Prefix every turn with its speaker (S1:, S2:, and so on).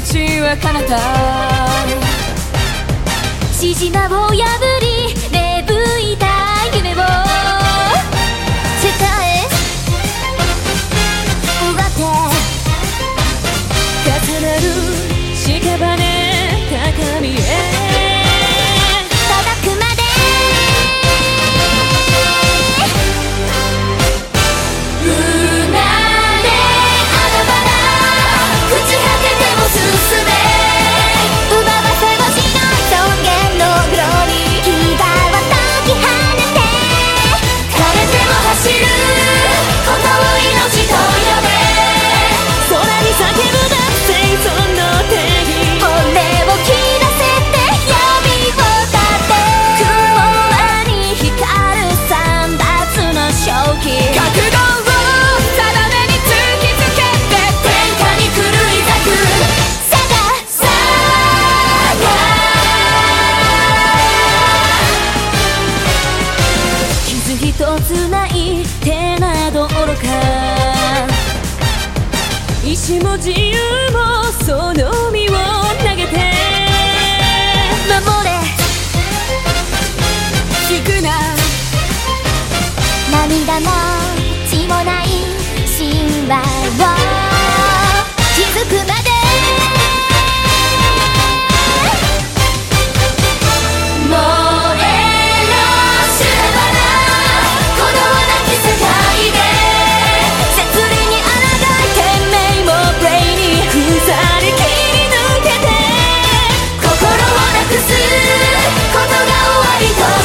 S1: 彼方しじまを破り芽吹いた夢を世界へ奪って重なる屍高みへ届くまで生まれあのまま朽ち果てても進め奪わせはしない尊厳の黒に牙は解き放て枯れても走ることを命と呼べ空に叫ぶだ生存の定義骨を切らせて闇を立て雲に光る三奪の正気
S2: 覚悟を定めに突きつけて
S1: 天下に狂い咲くさがさが傷一つない手など愚か意志も自由もその身を投げて守れ
S2: 聞くな
S1: 涙も血もない神話を気づくまで燃えろ修羅場な鼓動なき世界で摂理に抗い天命もブレイに腐り切り抜けて心をなくすことが終わりと